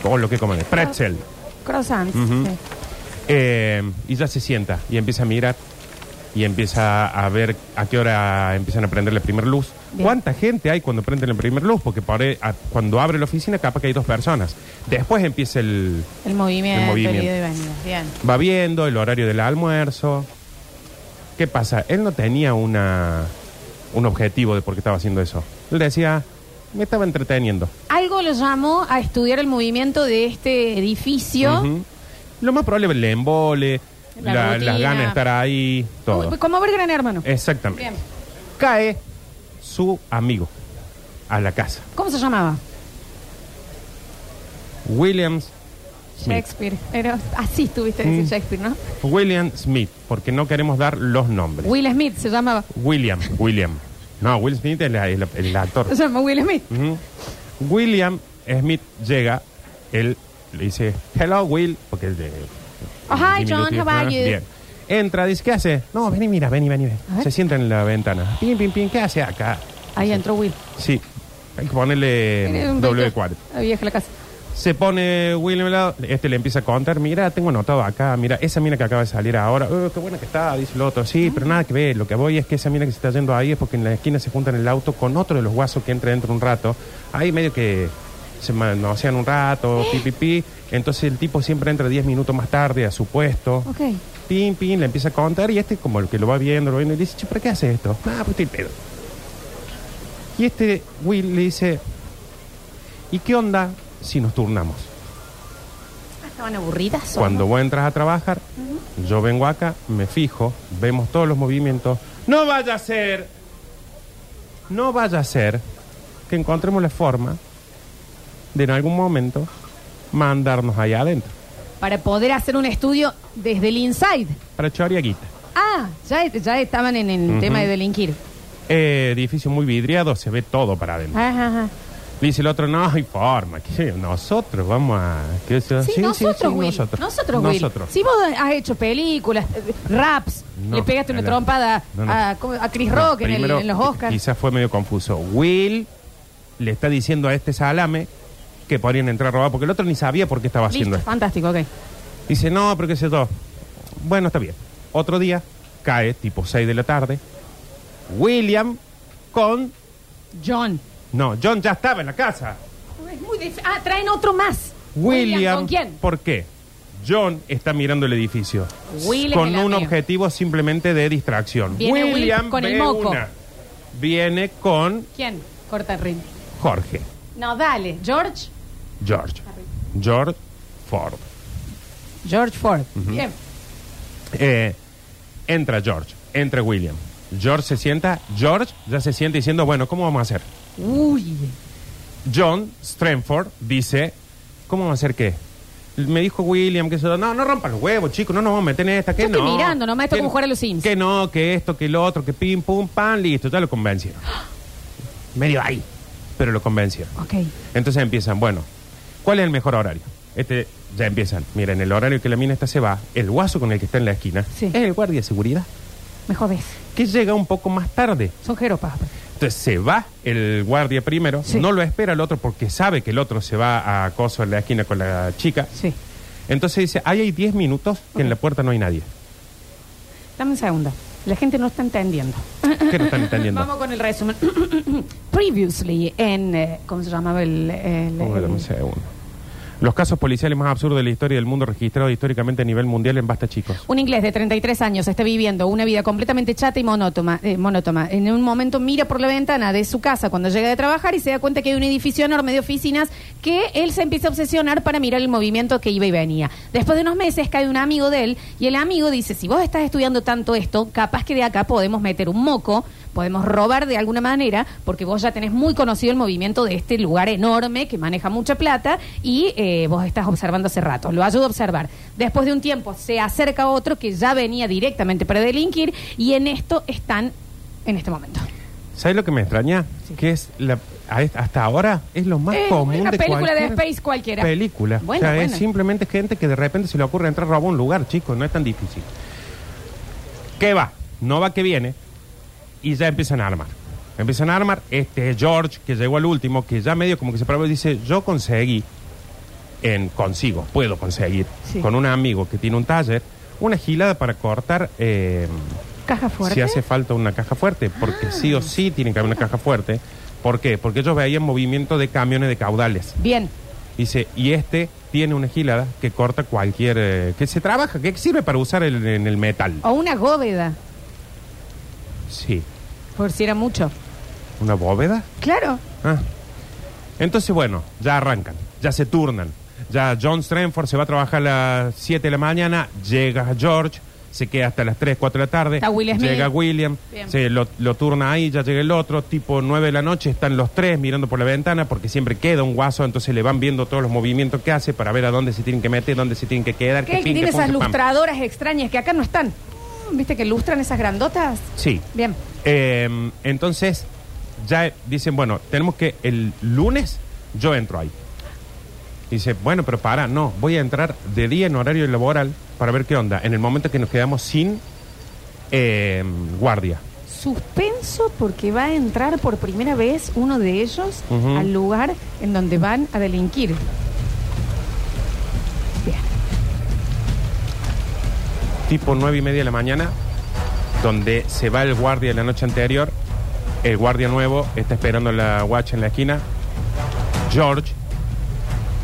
B: O lo que coman, pretzel.
A: Croissants.
B: Ujú.
A: sí.
B: Eh, y ya se sienta y empieza a mirar y empieza a ver a qué hora empiezan a prender la primera luz.
A: Bien.
B: ¿Cuánta gente hay cuando prenden la primera luz? Porque por ahí, a- cuando abre la oficina capaz que hay dos personas. Después empieza el...
A: El movimiento,
B: El
A: el
B: movimiento.
A: ida y venida. Bien.
B: Va viendo el horario del almuerzo. ¿Qué pasa? Él no tenía una, un objetivo de por qué estaba haciendo eso. Él decía, me estaba entreteniendo.
A: Algo lo llamó a estudiar el movimiento de este edificio.
B: Ujú. Lo más probable es el embole,
A: La
B: la-
A: rutina.
B: las ganas de estar ahí, todo. Eh.
A: Como- Como ver gran hermano.
B: Exactamente.
A: Bien.
B: Cae su amigo a la casa.
A: ¿Cómo se llamaba?
B: Williams Smith.
A: Shakespeare. Pero así estuviste a decir
B: Mm.
A: Shakespeare, ¿no?
B: William Smith, porque no queremos dar los nombres.
A: Will Smith se llamaba.
B: William, William. No, Will Smith es la- es la- el actor.
A: Se llama Will Smith.
B: Ujú. William Smith llega, él le dice, hello Will, porque es de...
A: Oh, hi,
B: diminutivo,
A: John, how are
B: ¿no?
A: you?
B: Bien. Entra, dice, ¿qué hace? No, vení, mira, vení, vení. vení.
A: A ver.
B: Se sienta en la ventana. Pim, pim, pim, ¿qué hace acá?
A: Ahí entró Will.
B: Sí, hay que ponerle
A: Era un
B: W4.
A: viejo- viejo la casa.
B: Se pone William al lado, este le empieza a contar, mira, tengo anotado acá, mira, esa mina que acaba de salir ahora, eh, qué buena que está, dice el otro, sí, pero nada que ver, lo que voy es que esa mina que se está yendo ahí es porque en la esquina se juntan el auto con otro de los guasos que entra dentro de un rato, ahí medio que se manosean un rato, pi, pi, pi, entonces el tipo siempre entra 10 minutos más tarde a su puesto,
A: Ok.
B: pim, pim, le empieza a contar y este como el que lo va viendo, lo viendo y dice, che, ¿para qué hace esto? Ah, pues estoy pedo. Y este Will le dice, ¿y qué onda si nos turnamos?
A: Ah, Estaban aburridas. ¿o
B: Cuando
A: no?
B: vos entras a trabajar, yo vengo acá, me fijo, vemos todos los movimientos. No vaya a ser, no vaya a ser que encontremos la forma de en algún momento mandarnos allá adentro
A: Para poder hacer un estudio desde el inside.
B: para Choriaguita.
A: Ah, ya, ya estaban en el
B: Ujú.
A: tema de delinquir.
B: Eh, edificio muy vidriado, se ve todo para adentro.
A: Ajá, ajá.
B: Le dice el otro, no hay forma, que nosotros vamos a... que eso-
A: Sí, nosotros, Will. Nosotros, Will.
B: Nosotros.
A: Si vos has hecho películas, eh, raps,
B: No,
A: le pegaste una
B: el-
A: trompada
B: no, no.
A: A, ¿cómo? a Chris
B: No,
A: Rock en, el-
B: primero,
A: en los Oscars.
B: Quizás fue medio confuso. Will le está diciendo a este salame que podrían entrar a robar, porque el otro ni sabía por qué estaba haciendo
A: Listo,
B: esto.
A: fantástico, ok.
B: Dice, no, pero qué sé yo. Bueno, está bien. Otro día, cae, tipo 6 de la tarde, William con...
A: John.
B: No, John ya estaba en la casa.
A: Es muy dif- Ah, traen otro más.
B: William,
A: ¿Con quién?
B: ¿Por qué? John está mirando el edificio.
A: Will
B: con
A: es el
B: un
A: amigo.
B: objetivo simplemente de distracción.
A: Viene Will
B: William
A: con el
B: ve
A: moco.
B: una. Viene con
A: ¿Quién? Corta el ring.
B: Jorge.
A: No, dale. George.
B: George. George Ford.
A: George Ford. Bien.
B: Eh, entra George. Entra William. George se sienta. George ya se sienta diciendo, bueno, ¿cómo vamos a hacer?
A: Uy.
B: John Strenford dice, ¿cómo vamos a hacer qué? Me dijo William que eso, no, no rompan los huevos, chicos, no nos vamos a meter en esta, que
A: Yo estoy
B: no.
A: mirando nomás, esto
B: Que
A: como
B: no-
A: jugar a los Sims.
B: Que no, que esto, que lo otro, que pim, pum, pan, listo, ya lo convencieron. Medio ahí, pero lo convencieron.
A: Ok.
B: Entonces empiezan, bueno, ¿cuál es el mejor horario? Este, ya empiezan, miren, el horario que la mina esta se va, el guaso con el que está en la esquina,
A: Sí.
B: es el guardia de seguridad,
A: Me jodés.
B: que llega un poco más tarde.
A: Son jeropas. aparte.
B: Entonces se va el guardia primero,
A: Sí.
B: no lo espera el otro porque sabe que el otro se va a acoso en la esquina con la chica.
A: Sí.
B: Entonces dice, ahí hay 10 minutos que en la puerta no hay nadie.
A: Dame un segundo. La gente no está entendiendo.
B: ¿Qué no están
A: Vamos
B: entendiendo?
A: con el resumen. Previously en... eh, ¿Cómo se llamaba el...? el-
B: Vamos a ver,
A: el-
B: un segundo. Los casos policiales más absurdos de la historia del mundo registrados históricamente a nivel mundial en Basta Chicos.
A: Un inglés de 33 años está viviendo una vida completamente chata y monótona, eh, monótona. En un momento mira por la ventana de su casa cuando llega de trabajar y se da cuenta que hay un edificio enorme de oficinas que él se empieza a obsesionar para mirar el movimiento que iba y venía. Después de unos meses cae un amigo de él y el amigo dice, si vos estás estudiando tanto esto, capaz que de acá podemos meter un moco, podemos robar de alguna manera, porque vos ya tenés muy conocido el movimiento de este lugar enorme que maneja mucha plata y eh, vos estás observando hace rato. Lo ayuda a observar. Después de un tiempo se acerca otro que ya venía directamente para delinquir y en esto están en este momento.
B: ¿Sabes lo que me extraña? Que es la, a est- hasta ahora es lo más
A: Eh,
B: común
A: una
B: de
A: película de
B: cualquier
A: Space cualquiera.
B: Película.
A: Bueno,
B: o sea, es
A: bueno.
B: simplemente gente que de repente se le ocurre entrar a robar un lugar, chicos, no es tan difícil. ¿Qué va? No va que viene y ya empiezan a armar. Empiezan a armar. Este George, que llegó al último, que ya medio como que se paró y dice, yo conseguí, en consigo, puedo conseguir,
H: Sí.
B: con un amigo que tiene un taller, una gilada para cortar... eh,
H: Caja fuerte.
B: si hace falta una caja fuerte, porque sí o sí tiene que haber una caja fuerte. ¿Por qué? Porque ellos veían movimiento de camiones de caudales.
A: Bien.
B: Dice, y este tiene una gilada que corta cualquier... eh, que se trabaja, que sirve para usar el- en el metal.
A: O una góveda,
B: Sí.
A: por si era mucho.
B: ¿Una bóveda?
H: Claro.
B: Ah. Entonces, bueno, ya arrancan, ya se turnan. Ya John Strenford se va a trabajar a las 7 de la mañana, llega George, se queda hasta las 3, 4 de la tarde.
A: Está Will Smith.
B: Llega William,
A: Bien.
B: se lo, lo turna ahí, ya llega el otro, tipo 9 de la noche, están los tres mirando por la ventana porque siempre queda un guaso, entonces le van viendo todos los movimientos que hace para ver a dónde se tienen que meter, dónde se tienen que quedar.
H: ¿Qué es el que
B: pin,
H: tiene
B: pum,
H: esas
B: pam.
H: lustradoras extrañas que acá no están? Mm, ¿Viste que lustran esas grandotas?
B: Sí.
H: Bien.
B: Eh, entonces, ya dicen, bueno, tenemos que el lunes yo entro ahí. Dice, bueno, pero para, no, voy a entrar de día en horario laboral para ver qué onda. En el momento que nos quedamos sin eh, guardia.
H: Suspenso porque va a entrar por primera vez uno de ellos
B: Ujú.
H: al lugar en donde van a delinquir. Bien.
B: Tipo nueve y media de la mañana, donde se va el guardia de la noche anterior. El guardia nuevo está esperando la guacha en la esquina. George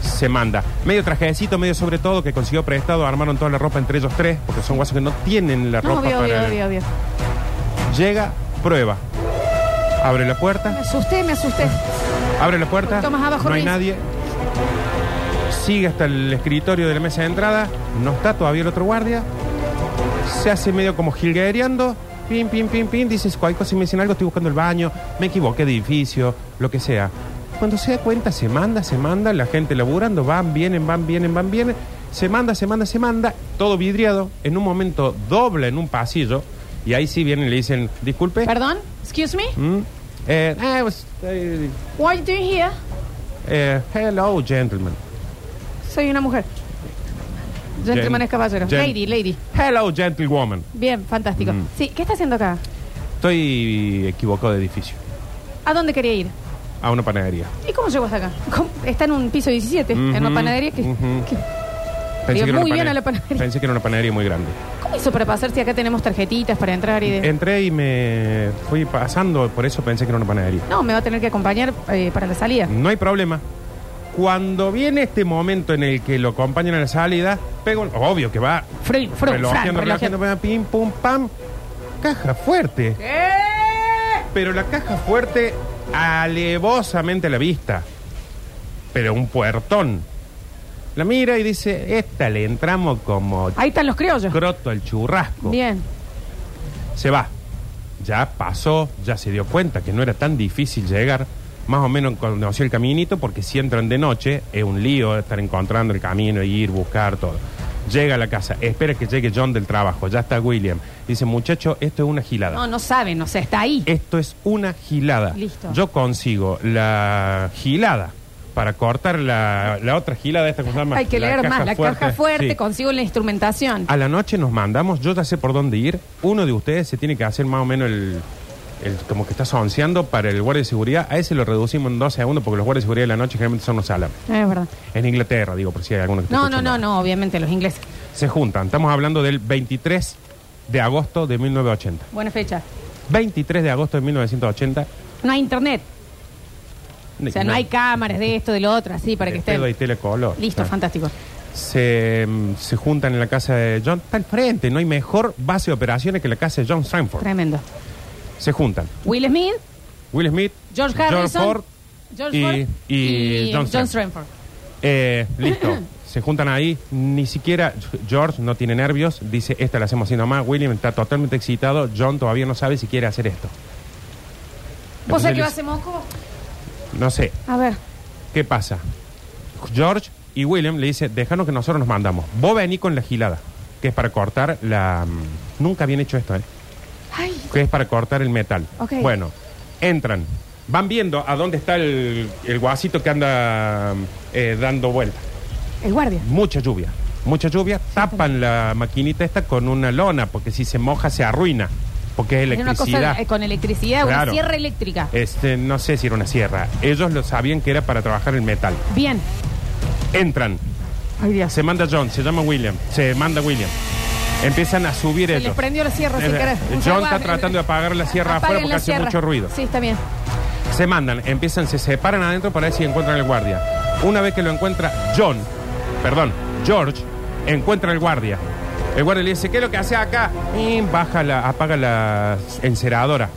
B: se manda. Medio trajecito, medio sobre todo, que consiguió prestado. Armaron toda la ropa entre ellos tres, porque son guasos que no tienen la
H: No,
B: ropa
H: obvio,
B: para...
H: obvio, obvio, obvio.
B: Llega, prueba. Abre la
H: Me
B: puerta,
H: asusté, me asusté.
B: abre la puerta,
H: Poquito más abajo,
B: no hay
H: Luis.
B: nadie. Sigue hasta el escritorio de la mesa de entrada, no está todavía el otro guardia. Se hace medio como jilguereando, pim, pim, pim, pim, dices cualquier cosa, si me dicen algo, estoy buscando el baño, me equivoqué de edificio, lo que sea. Cuando se da cuenta, se manda, se manda, la gente laburando, van, vienen, van, vienen, van, vienen, se manda, se manda, se manda, todo vidriado, en un momento dobla en un pasillo, y ahí sí vienen y le dicen, disculpe.
A: Perdón, excuse me,
B: Mm. Eh, I was, eh,
H: Why do you here?
B: eh, hello, gentlemen.
H: Soy una mujer. Gentleman
B: Gen-
H: es caballero.
B: gen-
H: Lady, lady.
B: Hello, gentlewoman.
H: Bien, fantástico.
B: Mm.
H: Sí, ¿qué está haciendo acá?
B: Estoy equivocado de edificio.
H: ¿A dónde quería ir?
B: A una panadería.
H: ¿Y cómo llegó hasta acá? ¿Cómo? Está en un piso 17, en una
B: Ujú,
H: panadería que...
B: ujú.
H: que-
B: Pensé
H: Bien,
B: que era una
H: muy bien
B: panadería-
H: a la panadería.
B: Pensé que era una panadería muy grande.
H: ¿Cómo hizo para pasar si acá tenemos tarjetitas para entrar y de...
B: Entré y me fui pasando, por eso pensé que era una panadería.
H: No, me va a tener que acompañar eh, para la salida.
B: No hay problema. Cuando viene este momento en el que lo acompañan a la salida, pego, un- obvio que va
A: Fru, fru, Fran,
B: relojeando, relojeando,
A: relojeando.
B: pim, pum, pam. Caja fuerte. Pero la caja fuerte alevosamente a la vista. Pero un puertón. La mira y dice, esta le entramos como
H: Ahí están los criollos.
B: croto al churrasco.
H: Bien.
B: Se va. Ya pasó, ya se dio cuenta que no era tan difícil llegar. Más o menos conoció el caminito porque si entran de noche es un lío estar encontrando el camino, ir, buscar, todo. Llega a la casa, espera que llegue John del trabajo, ya está William. Dice, muchacho, esto es una gilada.
A: No, no saben, o sea, está ahí.
B: Esto es una gilada.
H: Listo.
B: Yo consigo la gilada para cortar la, la otra gilada, esta cosa más.
A: Hay que
B: la
A: leer más.
B: caja
A: La caja fuerte,
B: Sí. Ah.
A: consigo la instrumentación.
B: A la noche nos mandamos, yo ya sé por dónde ir. Uno de ustedes se tiene que hacer más o menos el. el- como que está sonceando para el guardia de seguridad. A ese lo reducimos en dos segundos porque los guardias de seguridad de la noche generalmente son los alames.
H: Es verdad.
B: En Inglaterra, digo, por si hay alguno que esté
A: No, no,
B: escuchando.
A: no, no, obviamente los ingleses.
B: Se juntan. Estamos hablando del 23 de agosto de 1980.
A: Buena fecha.
B: 23 de agosto de 1980.
A: No hay internet. O sea, no,
B: No.
A: hay cámaras de esto, de lo otro, así, para que
B: De pedo y
A: estén.
B: telecolor.
A: Listo,
B: Ah.
A: fantástico.
B: se, mm, se juntan en la casa de John. Está al frente, no hay mejor base de operaciones que la casa de John Sanford.
A: Tremendo.
B: Se juntan
A: Will Smith,
B: Will Smith,
A: George Harrison,
B: Ford,
A: George
B: y,
A: Ford
B: y John, Stram.
A: Strenford.
B: Eh, listo. Se juntan ahí, ni siquiera George no tiene nervios, dice, esta la hacemos así nomás, William está totalmente excitado, John todavía no sabe si quiere hacer esto. Entonces
H: ¿Vos sabés qué
B: le-
H: va a hacer Moco?
B: No sé,
H: A ver.
B: ¿qué pasa? George y William le dice, déjanos que nosotros nos mandamos. Vos vení con la gilada, que es para cortar la... mm, Nunca habían hecho esto, ¿eh?
H: Ay,
B: que es para cortar el metal.
H: Ok.
B: Bueno, entran, van viendo a dónde está el, el guasito que anda eh, dando vuelta.
H: el guardia.
B: Mucha lluvia, mucha lluvia. Tapan la maquinita esta con una lona, porque si se moja se arruina. porque es
A: Era una cosa
B: electricidad.
A: eh, con electricidad, una
B: Claro.
A: sierra eléctrica.
B: Este, no sé si era una sierra. Ellos lo sabían que era para trabajar el metal.
A: Bien.
B: Entran,
H: Ay, Dios.
B: se manda John, se llama William, se manda William. Empiezan a subir
A: Se les
B: ellos.
A: prendió la sierra, sin
B: Eh,
A: querer. Un
B: John
A: segundo,
B: está
A: eh,
B: tratando de apagar la sierra afuera
A: apaguen
B: porque
A: la
B: hace
A: sierra.
B: mucho ruido.
A: Sí, está bien.
B: Se mandan, empiezan, se separan adentro para ver si encuentran el guardia. Una vez que lo encuentra John, perdón, George, encuentra el guardia. El guardia le dice, ¿qué es lo que hace acá? Y baja la, apaga la enceradora.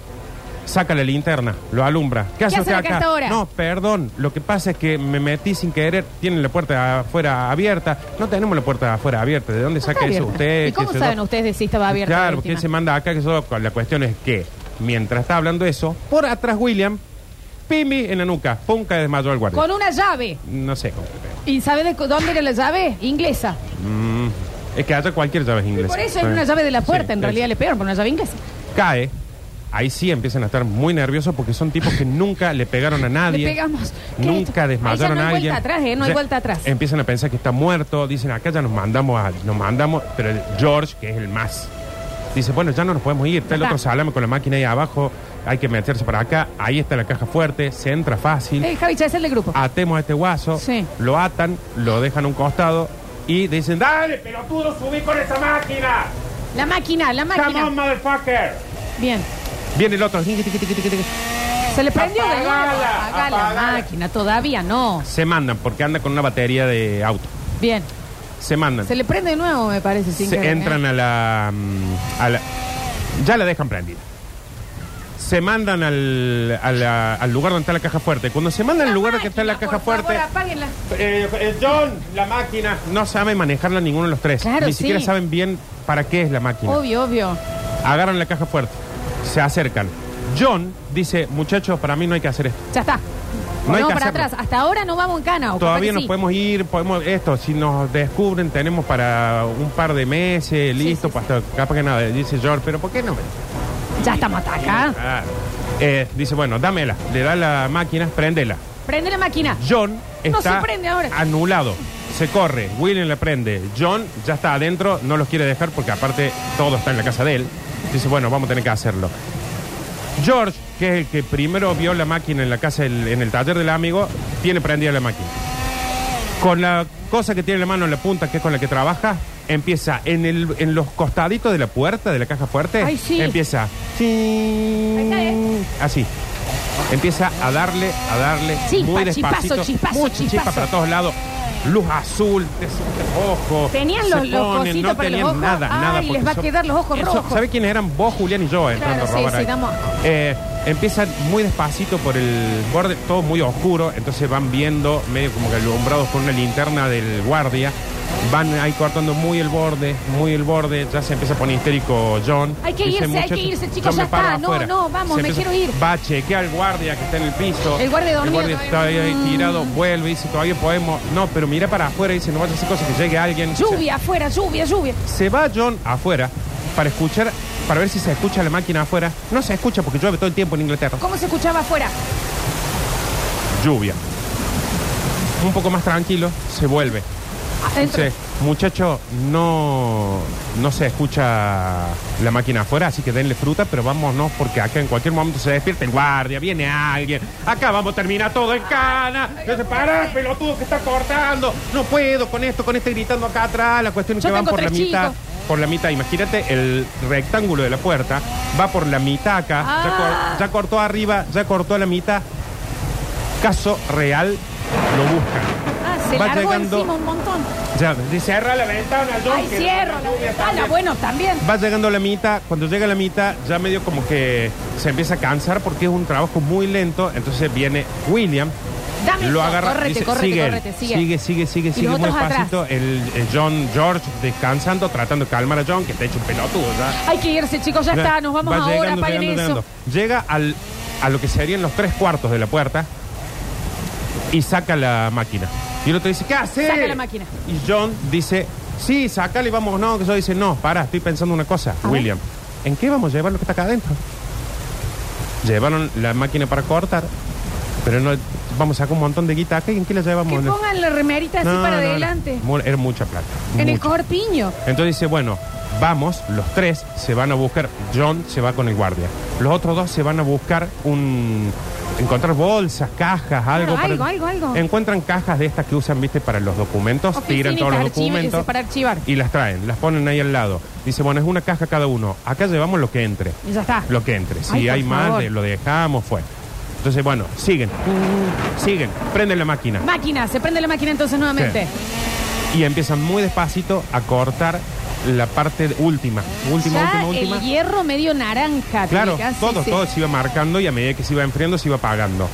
B: Saca la linterna, lo alumbra. ¿Qué hace
A: hacen
B: usted
A: acá a
B: acá?
A: esta hora?
B: No, perdón. Lo que pasa es que me metí sin querer. Tienen la puerta afuera abierta. No tenemos la puerta afuera abierta. ¿De dónde
A: Está
B: saca eso
A: abierta.
B: usted?
A: ¿Y cómo
B: Que se-
A: saben ustedes de si estaba abierta?
B: Claro,
A: la
B: porque él se
A: última?
B: manda acá, que eso, la cuestión es que, mientras está hablando eso, por atrás William, pimbi en la nuca, pum, cae desmayó al guardia.
A: Con una llave.
B: No sé cómo.
A: ¿Y sabes de cu- dónde era la llave? Inglesa.
B: Mm, es que haya cualquier llave es inglesa.
A: Por eso era una llave de la puerta.
B: Sí,
A: en
B: sí.
A: realidad le pegaron por una llave inglesa.
B: Cae. Ahí sí empiezan a estar muy nerviosos porque son tipos que nunca le pegaron a nadie.
A: Le pegamos. ¿Qué es esto?
B: Nunca
A: Ahí
B: desmayaron
A: ya no hay
B: a alguien.
A: vuelta atrás, ¿eh? No hay
B: Ya
A: vuelta atrás.
B: Empiezan a pensar que está muerto. Dicen, acá ya nos mandamos a, nos mandamos. Pero el George, que es el más, dice, bueno, ya no nos podemos ir. Está el
A: Ajá.
B: otro salame con la máquina ahí abajo. Hay que meterse para acá. Ahí está la caja fuerte. Se entra fácil.
A: Eh, Javi, ya es el del grupo.
B: Atemos a este guaso.
A: Sí.
B: Lo atan, lo dejan a un costado. Y dicen, dale, pelotudo, subí con esa máquina.
A: La máquina, la
B: Come on,
A: máquina.
B: motherfucker.
A: Bien.
B: Viene el otro. tiqui, tiqui, tiqui, tiqui, tiqui.
A: Se le prendió de nuevo.
B: Apagala,
A: Apagá la
B: apagala.
A: máquina. Todavía no.
B: Se mandan porque anda con una batería de auto.
A: Bien.
B: Se mandan.
A: Se le prende de nuevo, me parece. Sin
B: se
A: querer, ¿eh?
B: entran a la, mm, a la- Ya la dejan prendida. Se mandan al, a la- al lugar donde está la caja fuerte. Cuando se mandan al lugar donde está la
A: Máquina,
B: caja
A: por favor,
B: fuerte.
A: apáguenla.
B: eh, eh, John, la máquina. No sabe manejarla ninguno de los tres.
A: Claro,
B: Ni
A: sí.
B: siquiera saben bien para qué es la máquina.
A: Obvio, obvio.
B: Agarran la caja fuerte. Se acercan. John dice, muchachos, para mí no hay que hacer esto.
A: Ya está.
B: No hay
A: Vamos
B: que
A: para
B: hacerlo.
A: atrás. Hasta ahora no vamos en cana. o capaz
B: Todavía
A: que
B: nos
A: sí.
B: podemos ir, podemos esto, si nos descubren tenemos para un par de meses, listo,
A: sí,
B: hasta capaz que nada, dice George, pero ¿por qué no?
A: Ya estamos hasta acá.
B: Ah. Eh, dice, bueno, dámela, le da la máquina, préndela.
A: Prende la máquina.
B: John
A: No
B: está
A: se prende ahora.
B: anulado, se corre, William le prende, John ya está adentro, no los quiere dejar porque aparte todo está en la casa de él. Dice, bueno, vamos a tener que hacerlo. George, que es el que primero vio la máquina en la casa, del- en el taller del amigo, tiene prendida la máquina. Con la cosa que tiene en la mano en la punta, que es con la que trabaja, empieza en, el, en los costaditos de la puerta, de la caja fuerte,
A: Ay, sí.
B: empieza... "Ting".
A: Ahí está, ¿eh?
B: Así. Empieza a darle, a darle
A: Chispa,
B: muy
A: chispazo,
B: despacito.
A: chispazo,
B: mucha chispa
A: chispazo.
B: para todos lados. Luz azul, te saca los ojos.
A: Tenían
B: se
A: los- los
B: ponen,
A: cositos
B: no
A: para los
B: tenían
A: ojos.
B: Nada,
A: Ay,
B: nada.
A: les
B: porque
A: va a
B: son-
A: quedar los ojos rojos.
B: ¿Sabe quiénes eran? Vos, Julián y yo entrando
A: Claro,
B: a robar
A: sí,
B: ahí.
A: sí, damos asco.
B: Eh, empiezan muy despacito por el borde, todo muy oscuro, entonces van viendo, medio como que alumbrados con una linterna del guardia, van ahí cortando muy el borde, muy el borde, ya se empieza a poner histérico John.
A: Hay que irse, hay
B: "Muchacho,
A: que irse, chicos,
B: yo me
A: ya
B: paro
A: está, no,
B: afuera".
A: no, vamos, me quiero ir.
B: Va, chequea al guardia que está en el piso.
A: El guardia dormido
B: está ahí,
A: todavía. Mm.
B: tirado, vuelve, dice, todavía podemos. No, pero mira para afuera, dice, no vaya a hacer cosas que llegue alguien. O sea,
A: Lluvia afuera, lluvia, lluvia.
B: se va John afuera para escuchar, para ver si se escucha la máquina afuera. No se escucha porque llueve todo el tiempo en Inglaterra.
A: ¿Cómo se escuchaba afuera?
B: Lluvia. Un poco más tranquilo, se vuelve.
A: Adentro.
B: Dice, muchacho, no, no se escucha la máquina afuera, así que denle fruta, pero vámonos porque acá en cualquier momento se despierta el guardia, viene alguien. Acá vamos a terminar todo en cana. Dice, pará, pelotudo que está cortando. No puedo con esto, con este gritando acá atrás. La cuestión es
A: Yo
B: que van
A: tengo
B: por la
A: tres
B: mitad.
A: chicos.
B: Por la mitad, imagínate el rectángulo de la puerta, va por la mitad acá, ya
A: Ah.
B: cor- ya cortó arriba, ya cortó a la mitad. Caso real, lo buscan.
A: Ah, se
B: va
A: largó
B: llegando-
A: encima un montón.
B: Ya, dice, cierra la ventana, John,
A: Ay,
B: que
A: cierro
B: la
A: la
B: lluvia
A: ventana.
B: también".
A: Bueno, también.
B: Va llegando la mitad, cuando llega la mitad ya medio como que se empieza a cansar porque es un trabajo muy lento, entonces viene William,
A: Dame
B: lo
A: esto.
B: agarra,
A: Correte,
B: dice,
A: correte,
B: sigue, él,
A: correte, sigue.
B: sigue, sigue, sigue, sigue
A: los
B: muy
A: otros
B: despacito, el, el John George descansando, tratando de calmar a John, que está hecho un pelotudo ya.
A: Hay que irse, chicos, ya está. Nos vamos
B: Va
A: ahora,
B: llegando,
A: apaguen
B: llegando,
A: eso.
B: llegando. Llega al, a lo que serían los tres cuartos de la puerta y saca la máquina. Y el otro dice, ¿qué hace?
A: Saca la máquina.
B: Y John dice, sí, sacala y vamos. No, que yo dice, no, para, estoy pensando una cosa,
A: ver.
B: William. ¿En qué vamos a llevar lo que está acá adentro? Llevaron la máquina para cortar, pero no vamos a sacar un montón de guita acá y en qué la llevamos.
A: Que
B: No,
A: pongan la remerita así
B: no,
A: para
B: no, no.
A: adelante.
B: Mu- Era mucha plata.
A: En el
B: mucha.
A: corpiño.
B: Entonces dice, bueno, vamos, los tres se van a buscar, John se va con el guardia. Los otros dos se van a buscar un... Encontrar bolsas, cajas, algo.
A: Claro, algo, algo, algo.
B: Encuentran cajas de estas que usan, viste, para los documentos, tiran todos los
A: Oficinitas, archive-
B: documentos
A: para archivar.
B: y las traen, las ponen ahí al lado. Dice, bueno, es una caja cada uno. Acá llevamos lo que entre.
A: Y ya está.
B: Lo que entre. Si
A: Ay, por
B: hay más,
A: favor.
B: de- lo dejamos, fue. Entonces, bueno, siguen. Siguen. Prenden la máquina.
A: Máquina, se prende la máquina entonces nuevamente.
B: Y empiezan muy despacito a cortar la parte de- última. Última,
A: ya
B: última, última.
A: el hierro medio naranja.
B: Claro,
A: tiene casi,
B: todo,
A: sí.
B: todo se iba marcando y a medida que se iba enfriando se iba apagando.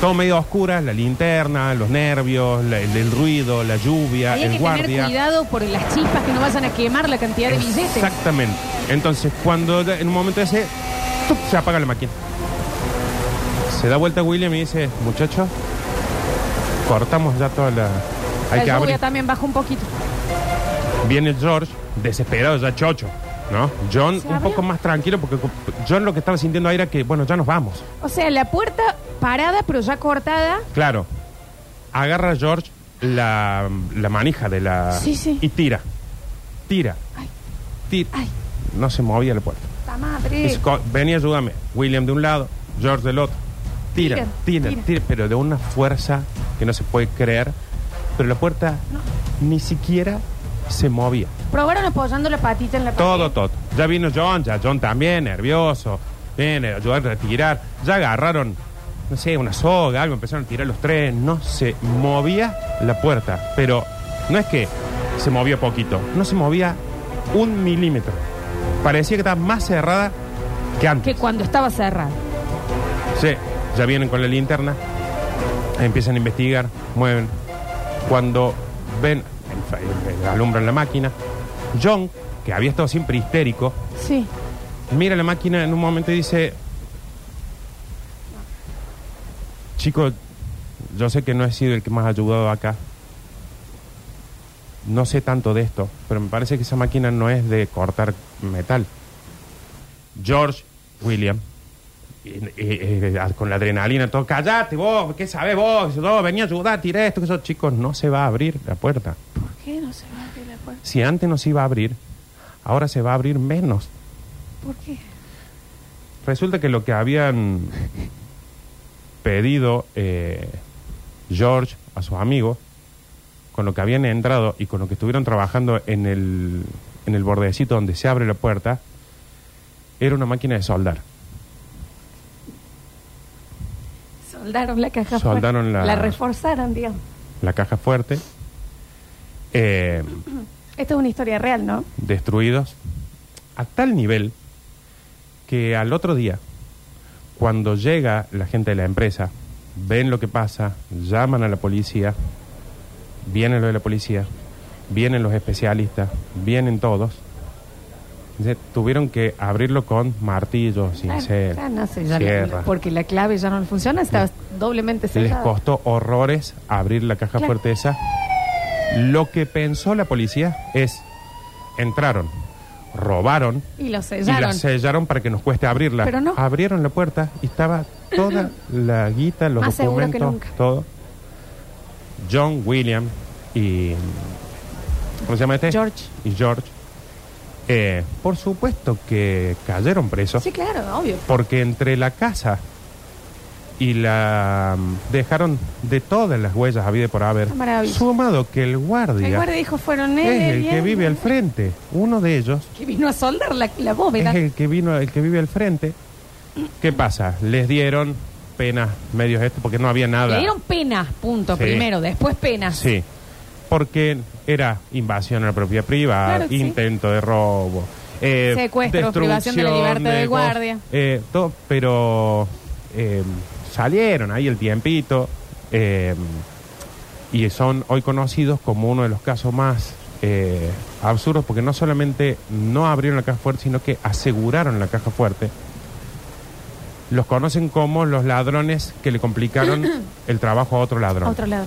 B: Todo medio a oscuras, la linterna, los nervios, la- el, el ruido, la lluvia,
A: Había
B: el
A: que
B: guardia.
A: tener cuidado por las chispas que no vayan a quemar la cantidad de billetes.
B: Exactamente. Entonces, cuando de- en un momento ese, ¡tup! se apaga la máquina. Se da vuelta William y dice, muchacho, cortamos ya toda la... Hay
A: la
B: que
A: lluvia
B: abrir.
A: también baja un poquito.
B: Viene George, desesperado, ya chocho, ¿no? John
A: ¿Se
B: un
A: abrió?
B: poco más tranquilo porque co- John lo que estaba sintiendo ahí era que, bueno, ya nos vamos.
A: O sea, la puerta parada pero ya cortada.
B: Claro. Agarra a George la, la manija de la...
A: Sí, sí.
B: Y tira. Tira.
A: Ay.
B: Tira.
A: Ay.
B: No se movía la puerta.
A: ¡Ta madre!
B: Dice, "Co- ven y ayúdame. William de un lado, George del otro. Tira,
A: Tira,
B: tira, tira,
A: tira.
B: pero de una fuerza que no se puede creer. Pero la puerta ni siquiera se movía.
A: Probaron apoyando la patita en la
B: Todo,
A: pared.
B: todo. Ya vino John, ya John también, nervioso. Viene a ayudar a tirar. Ya agarraron, no sé, una soga, algo. Empezaron a tirar los tres. No se movía la puerta. Pero no es que se movió poquito. No se movía un milímetro. Parecía que estaba más cerrada que antes.
A: Que cuando estaba cerrada.
B: Sí, ya vienen con la linterna, empiezan a investigar, mueven. Cuando ven, alumbran la máquina, John, que había estado siempre histérico,
A: Sí.
B: mira la máquina en un momento y dice, chico, yo sé que no he sido el que más ha ayudado acá. No sé tanto de esto, pero me parece que esa máquina no es de cortar metal. George William, eh, eh, eh, con la adrenalina, todo, callate vos, ¿qué sabés vos? No, vení a ayudar, tiré esto, que esos chicos, no se va a abrir la puerta.
A: ¿Por qué no se va a abrir la puerta?
B: Si antes no se iba a abrir, ahora se va a abrir menos.
A: ¿Por qué?
B: Resulta que lo que habían pedido eh, George a sus amigos, con lo que habían entrado y con lo que estuvieron trabajando en el, en el bordecito donde se abre la puerta, era una máquina de soldar.
A: Soldaron la caja.
B: Soldaron
A: fuerte.
B: la-
A: La reforzaron, digamos.
B: La caja fuerte, eh,
A: Esta es una historia real, ¿no?
B: destruidos, a tal nivel que al otro día, cuando llega la gente de la empresa, ven lo que pasa, llaman a la policía, vienen los de la policía, vienen los especialistas, vienen todos. Dice, Tuvieron que abrirlo con martillos,
A: Claro,
B: cinceles,
A: claro, no sé, ya la-
B: sierra.
A: porque la clave ya no le funciona, estaba doblemente
B: Les
A: cerrada.
B: costó horrores abrir la caja
A: Claro.
B: fuerte esa. Lo que pensó la policía es, entraron, robaron,
A: Y lo
B: Y
A: sellaron.
B: la sellaron para que nos cueste abrirla.
A: Pero no.
B: Abrieron la puerta y estaba toda la guita, los
A: Más seguro que
B: documentos,
A: nunca.
B: todo. John, William y... ¿Cómo se llama este?
A: George.
B: Y George. Eh, por supuesto que cayeron presos.
A: Sí, claro, obvio.
B: Porque entre la casa y la... Dejaron de todas las huellas habido por haber.
A: Ah, maravilloso.
B: Sumado que el guardia...
A: El guardia dijo, fueron él,
B: es el
A: él y
B: que
A: él,
B: vive al frente. Uno de ellos
A: que vino a soldar la, la bóveda.
B: es el que vino, el que vive al frente. ¿Qué pasa? Les dieron penas medios esto porque no había nada.
A: Le dieron penas, punto,
B: Sí.
A: primero, después penas.
B: Sí. Porque era invasión a la propiedad privada,
A: Claro que sí.
B: intento de robo, eh,
A: Secuestro, privación de la
B: destrucción
A: libertad del
B: cos-
A: guardia.
B: eh, todo, pero eh, salieron ahí el tiempito eh, y son hoy conocidos como uno de los casos más eh, absurdos porque no solamente no abrieron la caja fuerte, sino que aseguraron la caja fuerte. Los conocen como los ladrones que le complicaron el trabajo a otro
A: A
B: ladrón.
A: otro lado.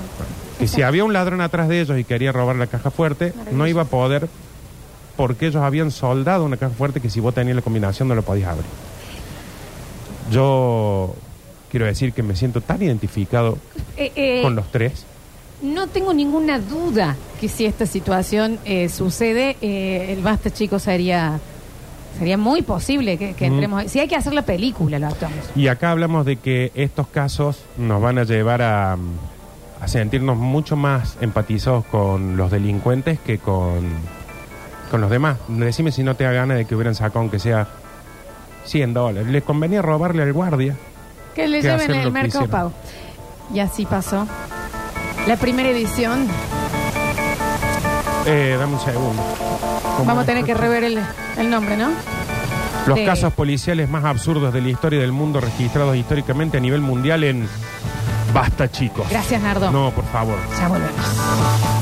B: Que si había un ladrón atrás de ellos y quería robar la caja fuerte, no iba a poder porque ellos habían soldado una caja fuerte que si vos tenías la combinación no lo podías abrir. Yo quiero decir que me siento tan identificado
A: Eh, eh,
B: con los tres
A: No tengo ninguna duda que si esta situación eh, sucede, eh, el basta, chicos, sería sería muy posible que, que entremos. Si hay que hacer la película, lo actuamos.
B: Y acá hablamos de que estos casos nos van a llevar a, mm, a sentirnos mucho más empatizados con los delincuentes que con, con los demás. Decime si no te da ganas de que hubieran sacado aunque sea 100 dólares. Les convenía robarle al guardia.
A: Que le
B: que
A: lleven
B: hacer lo
A: el
B: que
A: mercado
B: hicieron.
A: pago. Y así pasó. La primera edición.
B: Eh, dame un segundo. ¿Cómo
A: Vamos a
B: es?
A: tener que rever el, el nombre, ¿no?
B: Los
A: Sí.
B: casos policiales más absurdos de la historia del mundo registrados históricamente a nivel mundial en Basta, chicos.
A: Gracias, Nardo.
B: No, por favor.
A: Ya volvemos.